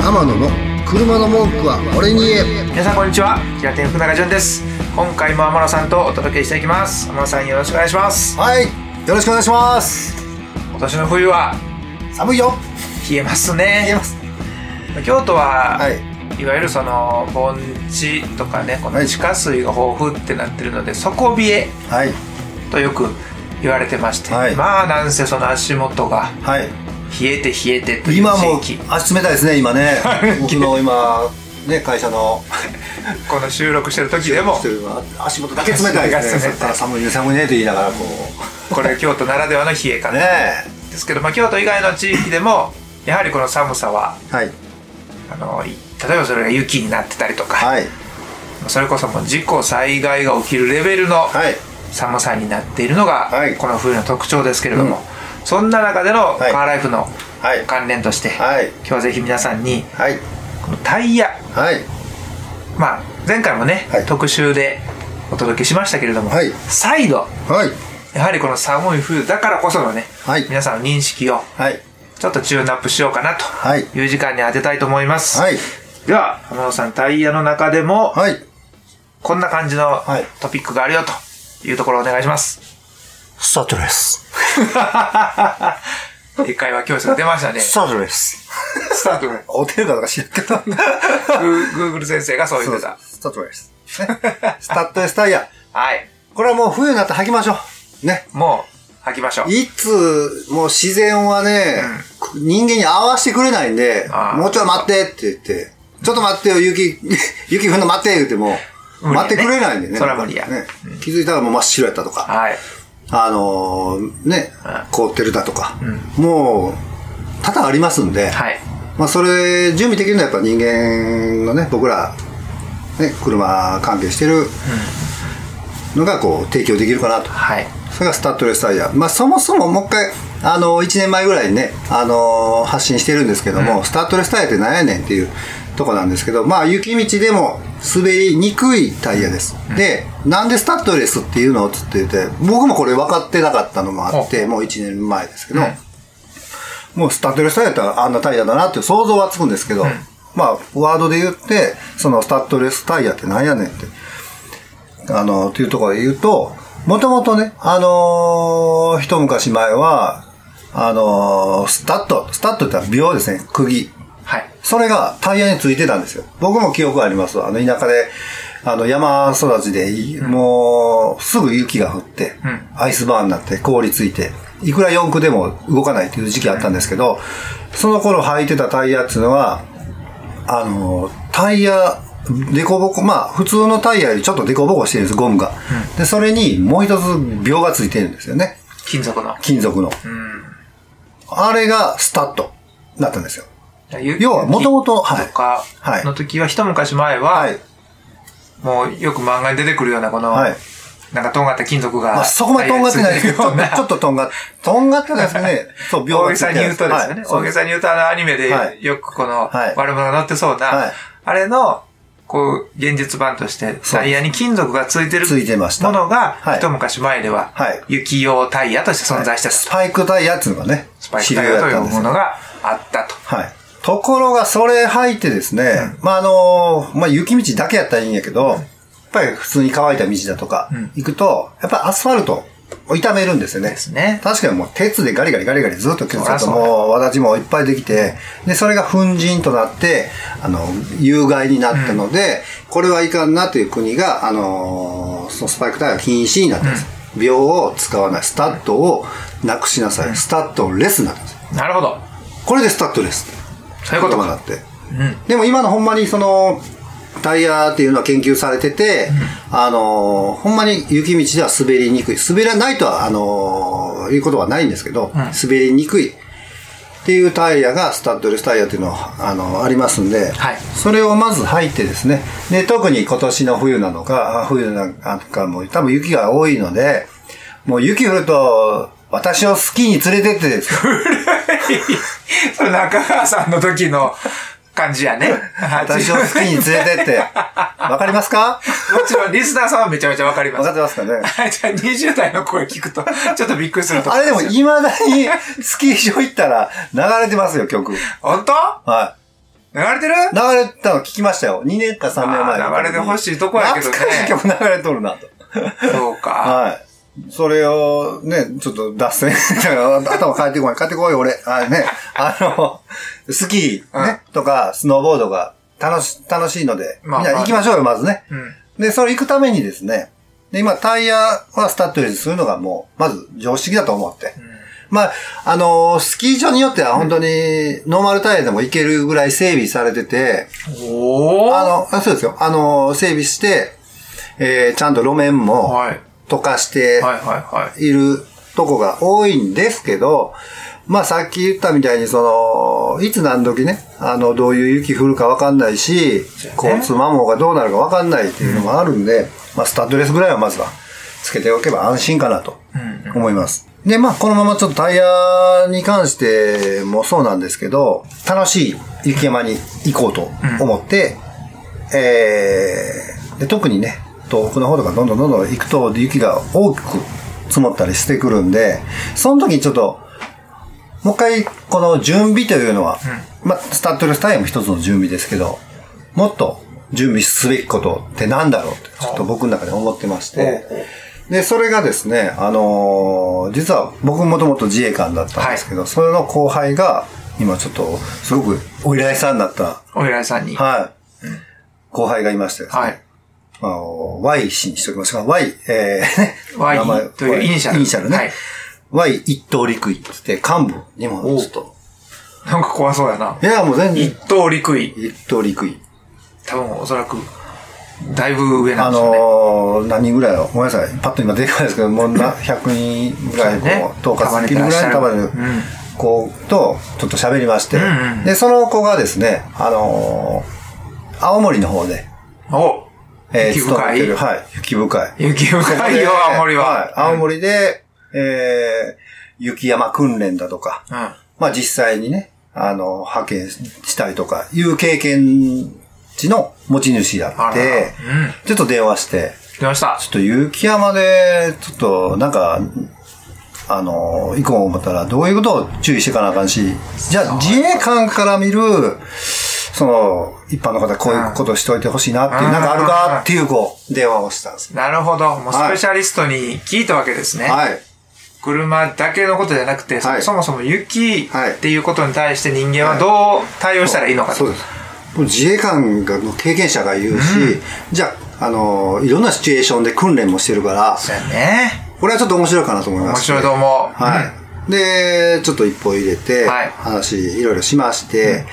天野の車の文句は俺に言え皆さんこんにちは平手福永潤です今回も天野さんとお届けしていきます天野さんよろしくお願いしますはいよろしくお願いします今年の冬は寒いよ冷えます言えねます京都は、はいい、わゆるその盆地とかねこの地下水が豊富ってなってるので底冷えはいとよく言われてまして、はいまあなんせその足元がはい冷えて冷えてという今もう地域足冷たいですね今ね僕の今ね会社のこの収録してる時 でも足元だけ冷たいですね足元が冷たいそったら寒いね寒いねと言いながらここれ京都ならではの冷えう方ねですけど、まあ、京都以外の地域でもやはりこの寒さはえはいあのい例えばそれが雪になってたりとか、はいそれこそもう事故災害が起きるレベルのはい寒さになっているのが、はいこの冬の特徴ですけれども、そんな中でのカはいーライフのはい関連として、はい今日はぜひ皆さんにはいこのタイヤ、はいまあ、前回もね、はい特集でお届けしましたけれども、はい再度はいやはりこの寒い冬だからこそのね、はい皆さんの認識をはいちょっとチューンアップしようかなはいという時間に当てたいと思います、はいでは浜野さんタイヤの中でもはいこんな感じのはいトピックがあるよというところをお願い します、スタートです。一回は教室が出ましたねスタートです。スタートグおてるかとか知らんけどーグーグル先生がそう言ってたスタッドレス。ねスタッドレスタイヤ。 はいこれはもう冬になって履きましょう。ね。もう履きましょういつ、もう自然はね、人間に合わせてくれないんであ、ーもうちょい待ってって言って、ちょっと待ってよ、雪、 雪降るの待って言っても、無理やね待ってくれないんでね。そら無理やね気づいたらもう真っ白やったとか、はいあのーねうん、凍ってるだとか、もう、多々ありますんで、はいまあ、それ準備できるのはやっぱ人間のね僕ら、ね、車関係してるのがこう提供できるかなとはいそれがスタッドレスタイヤ、まあ、そもそももう一回あの1年前ぐらいにね、あの発信してるんですけども、スタッドレスタイヤって何やねんっていうとこなんですけど、まあ、雪道でも滑りにくいタイヤです、でなんでスタッドレスっていうのつって言って僕もこれ分かってなかったのもあってもう1年前ですけど、もうスタッドレスタイヤやったらあんなタイヤだなっていう想像はつくんですけど、まあワードで言ってそのスタッドレスタイヤってなんやねんってあの、というところで言うと、もともとね、あのー一昔前は、あのースタッド、スタッドってのは秒ですね、釘。はいそれがタイヤについてたんですよ。僕も記憶がありますわあの、田舎で、あの、山育ちで、いもう、すぐ雪が降って、うんアイスバーンになって、氷ついて、いくら四駆でも動かないっていう時期あったんですけど、その頃履いてたタイヤっていうのは、あの、タイヤ、デコボコ、まあ、普通のタイヤよりちょっとデコボコしてるんです、ゴムが。で、それにもう一つ秒がついてるんですよね。金属の金属の。あれがスタッドだったんですよ。要要は、もともと、はい。とかはいの時は一昔前は、はい。もうよく漫画に出てくるようなこの、はいなんかとんがった金属が、まあ、そこまでとんがってないです けど、ちょタイヤにちょっととんが、とんがってないです ね。そう、大げさに言うとですよね、大げさ。さに言うとあのアニメではいよくこのはい悪者が乗ってそうな、はいあれの、こう、現実版として、そうタイヤに金属がついてるついてましたものが、はい一昔前でははい、雪用タイヤとして存在してた、スパイクタイヤっていうのがね、スパイクタイヤと主流いだうったんですもよのがあったと。はい。ところが、それ履いてですね、まあ、あの、まあ、雪道だけやったらいいんやけど、やっぱり普通に乾いた道だとかん、行くと、やっぱりアスファルトを傷めるんですよね。ですね確かにもう鉄でガリガリガリガリずっと削ったとそらそうだもう、わだちもいっぱいできて、で、それが粉塵となって、あの、有害になったので、これはいかんなという国が、あのーそのスパイクタイヤが禁止になったんです。秒を使わない。スタッドをなくしなさい。スタッドレスになったんです。なるほど。 これでスタッドレス。そういうことがか。あって、んでも今のほんまにそのタイヤっていうのは研究されてて、あのーほんまに雪道では滑りにくい滑らないとはあのーいうことはないんですけど、滑りにくいっていうタイヤがスタッドレスタイヤっていうのはあのありますんで、はいそれをまず履いてですねで特に今年の冬なのかあ冬なんかも多分雪が多いのでもう雪降ると私をスキーに連れてってですよそれ中川さんの時の感じやね。 私をスキーに連れてって。わかりますか もちろん、リスナーさんはめちゃめちゃわかりまわす。かってますか ねはい、じゃあ20代の声聞くと、ちょっとびっくりするとあ思いれでまも、すよ。未だにスキー場行ったら流れてますよ、曲。本当は流れてる流れたの聞きましたよ。2年か3年前あー流れてほしいとこやけどね懐かしい曲流れとるなと。そうか。はい。それを、ね、ちょっと脱線。 頭変えてこい。変えてこい、俺。あね。あの、スキー、ね、とか、スノーボードが楽し、楽しいので、まあみんな行きましょうよ、まずね。うん。で、それ行くためにですね、で、今、タイヤはスタッドレスするのがもう、まず常識だと思って。まあ、あのースキー場によっては本当に、ノーマルタイヤでも行けるぐらい整備されてて、おーあの、あそうですよ。あのー整備して、えーちゃんと路面もはい。溶かしてはいはいはい。いるとこが多いんですけど、まあさっき言ったみたいに、その、いつ何時ね、あの、どういう雪降るかわかんないし、うやね交通摩耗がどうなるかわかんないっていうのがあるんで、まあスタッドレスぐらいはまずはつけておけば安心かなと思います。で、まあこのままちょっとタイヤに関してもそうなんですけど、楽しい雪山に行こうと思って、えーで特にね、東北の方とかどんどんどんどん行くと雪が大きく積もったりしてくるんで、その時にちょっと、もう一回、この準備というのは、まあ、スタッドレスタイム一つの準備ですけど、もっと準備すべきことってなんだろうって、ちょっと僕の中で思ってまして、で、それがですね、あのー実は僕もともと自衛官だったんですけど、それの後輩が、今ちょっと、すごくお依頼さんだった、お偉いさんに。ははい、後輩がいましてですね、い。あの、Y 氏にしておきますが、Y、えーね Y 名前というイニシャルイニシャルね。はい Y 一等陸位って言って、幹部にもちょっと。なんか怖そうやな。いや、もう全然、一等陸位。一等陸位。多分おそらく、だいぶ上なあんでしょうのね。ー、何人ぐらいだろうごめんなさい。パッと今出てこないですけど、もう な100人ぐらい、そうねこう、統括できるぐらいの束束でねてらっしゃるうん、こう、と、ちょっと喋りまして、んうんで、その子がですね、あのー、青森の方で、おえー雪深勤めいてるはい、雪深い。雪深いよ、青森いは。青森で、えー、雪山訓練だとか、うん。まあ実際にね、あの、派遣したりとか、いう経験値の持ち主だっあららて、うんちょっと電話して、出ましたちょ。っと雪山で、ちょっとなんか、あの、行こう思ったら、どういうことを注意していかなあかんし、じゃあ自衛官から見る、その、一般の方こういうことしといてほしいなっていう、うんなんかあるかっていう、こう、電話をしたんですね。なるほど。もうスはいペシャリストに聞いたわけですね。はい。車だけのことじゃなくて、そはいそもそも雪はいっていうことに対して人間はどう対応したらいいのかそうと。です。もう自衛官がの経験者が言うし、じゃあ、あの、いろんなシチュエーションで訓練もしてるから、そうやね。これはちょっと面白いかなと思い面ます、白いと思う。はい。で、ちょっと一歩入れて、はい話いろいろしまして、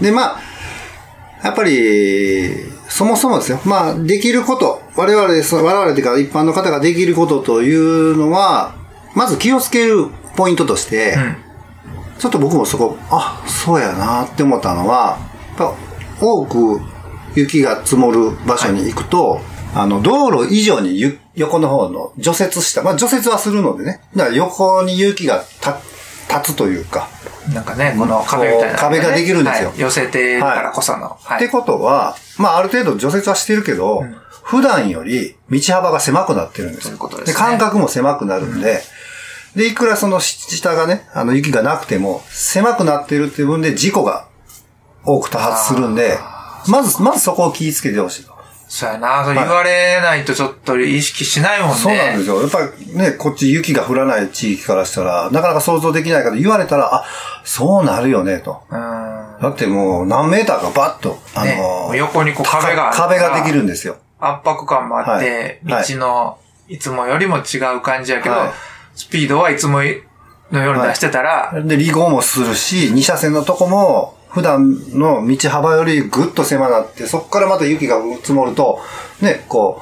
で、まあ、やっぱり、そもそもですよ。まあ、できること。我々、その我々というか一般の方ができることというのは、まず気をつけるポイントとして、うん。ちょっと僕もそこ、あ、そうやなって思ったのは、やっぱ多く雪が積もる場所に行くと、あの、道路以上にゆ横の方の除雪した、まあ除雪はするのでね、だから横に雪がた立つというか、なんかね、この壁みたいな、ね。こう壁ができるんですよはい寄せてからこその。はってい。ことは、まあある程度除雪はしてるけど、普段より道幅が狭くなってるんですよ。そういうことですね間隔も狭くなるんで、で、いくらそのし下がね、あの雪がなくても、狭くなってるっていう分で事故が多く多発するんで、まず、まずそこを気をつけてほしいと。そうやな。そう言われないとちょっと意識しないもんね。そうなんですよ。やっぱりね、こっち雪が降らない地域からしたら、なかなか想像できないけど、言われたら、あ、そうなるよね、と。うん。だってもう何メーターかバッと、あねのー横にこう壁があるから壁ができるんですよ。圧迫感もあって、はい道のいつもよりも違う感じやけど、はいスピードはいつものように出してたら、で、離合もするし、2車線のとこも、普段の道幅よりぐっと狭なって、そこからまた雪が積もると、ね、こ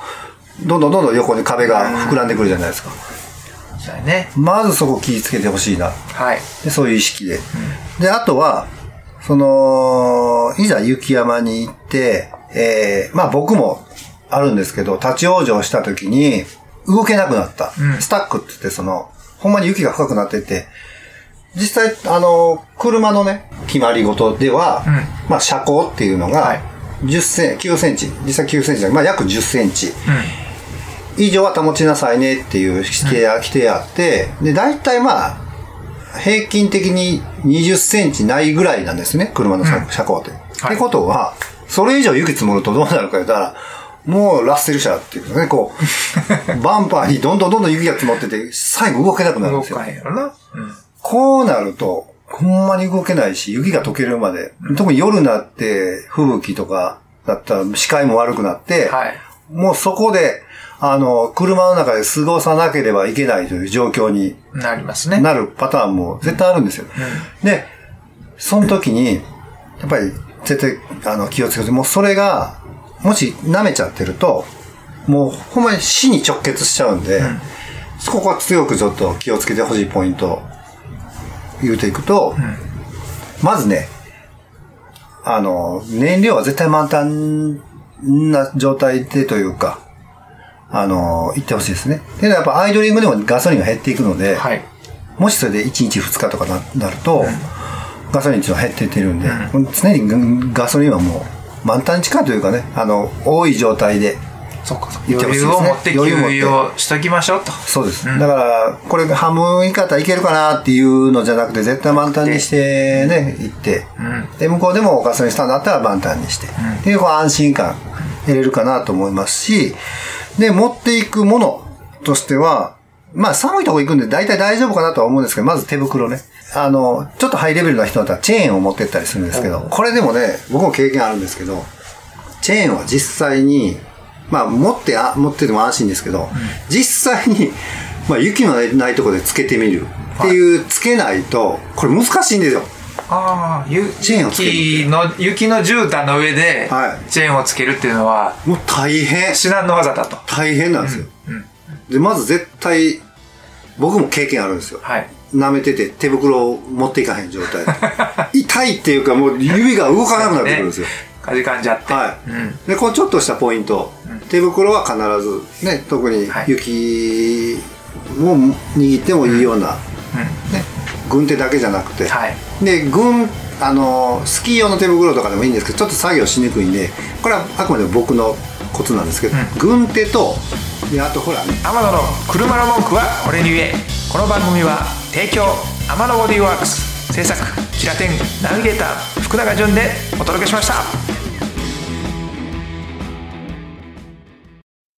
う、どんどんどんどん横に壁が膨らんでくるじゃないですか。そうやね。まずそこ気をつけてほしいな。はい。で、そういう意識で。で、あとは、その、いざ雪山に行って、えー、まあ僕もあるんですけど、立ち往生した時に、動けなくなった。うんスタックって言って、その、ほんまに雪が深くなってて、実際、あの、車のね、決まり事では、うまあ車高っていうのはがい、 10セン9センチ、実際9センチだけどまあ約10センチ。う以上は保ちなさいねっていう規定や、規定あって、で、大体まあ、平均的に20センチないぐらいなんですね、車の車車高って。はいってことは、それ以上雪積もるとどうなるか言ったら、もうラッセル車っていうかね、こ う、バンパーにどんどんどんどん雪が積もってて、最後動けなくなるん動ですよ。かへんやろな。うん。こうなると、ほんまに動けないし、雪が溶けるまで、特に夜になって、吹雪とかだったら視界も悪くなって、はいもうそこで、あの、車の中で過ごさなければいけないという状況になりますね。なるパターンも絶対あるんですよ。で、その時に、やっぱり絶対あの気をつけて、もうそれが、もし舐めちゃってると、もうほんまに死に直結しちゃうんで、ここは強くちょっと気をつけてほしいポイントを言うていくと、まずね、あの、燃料は絶対満タンな状態でというか、あの、行ってほしいですね。で、やっぱアイドリングでもガソリンが減っていくので、はい。もしそれで1日2日とかななると、ガソリン値は減ってってるんで、常にガソリンはもう満タン近いというかね、あの、多い状態で。そっかそっか。言ってほし余いです裕ねを持って給余裕を持って油をしときましょうと。そうです。だから、これ半分以下だったらいけるかなっていうのじゃなくて、絶対満タンにしてね、行って、で、向こうでもガソリンスタンドだったら満タンにして、っていうこう安心感得れるかなと思いますし、で、持っていくものとしては、まあ寒いとこ行くんで大体大丈夫かなとは思うんですけど、まず手袋ね。あの、ちょっとハイレベルな人だったらチェーンを持ってったりするんですけど、これでもね、僕も経験あるんですけど、チェーンは実際に、まあ、持ってあ持ってても安心ですけど、実際に、まあ、雪のないところでつけてみるっていう、つけないとこれ難しいんですよああ、ゆチェーンをつける雪の、雪の絨毯の上では、いチェーンをつけるっていうのは、もう大変至難の技だと。大変なんですよ、でまず絶対僕も経験あるんですよ、はい。舐めてて手袋を持っていかへん状態 痛いっていうかもう指が動かなくなってくるんですよ、かじかんじゃって。はい、うんでこのちょっとしたポイント、手袋は必ずね特にはい雪を握ってもいいような、ね、軍手だけじゃなくて、はいで軍あのスキー用の手袋とかでもいいんですけどちょっと作業しにくいんでこれはあくまでも僕のコツなんですけど、軍手とであとほら天野の車の文句は俺に言えこの番組は提供天野ボディーワークス制作キラテンナビゲーター福永潤でお届けしました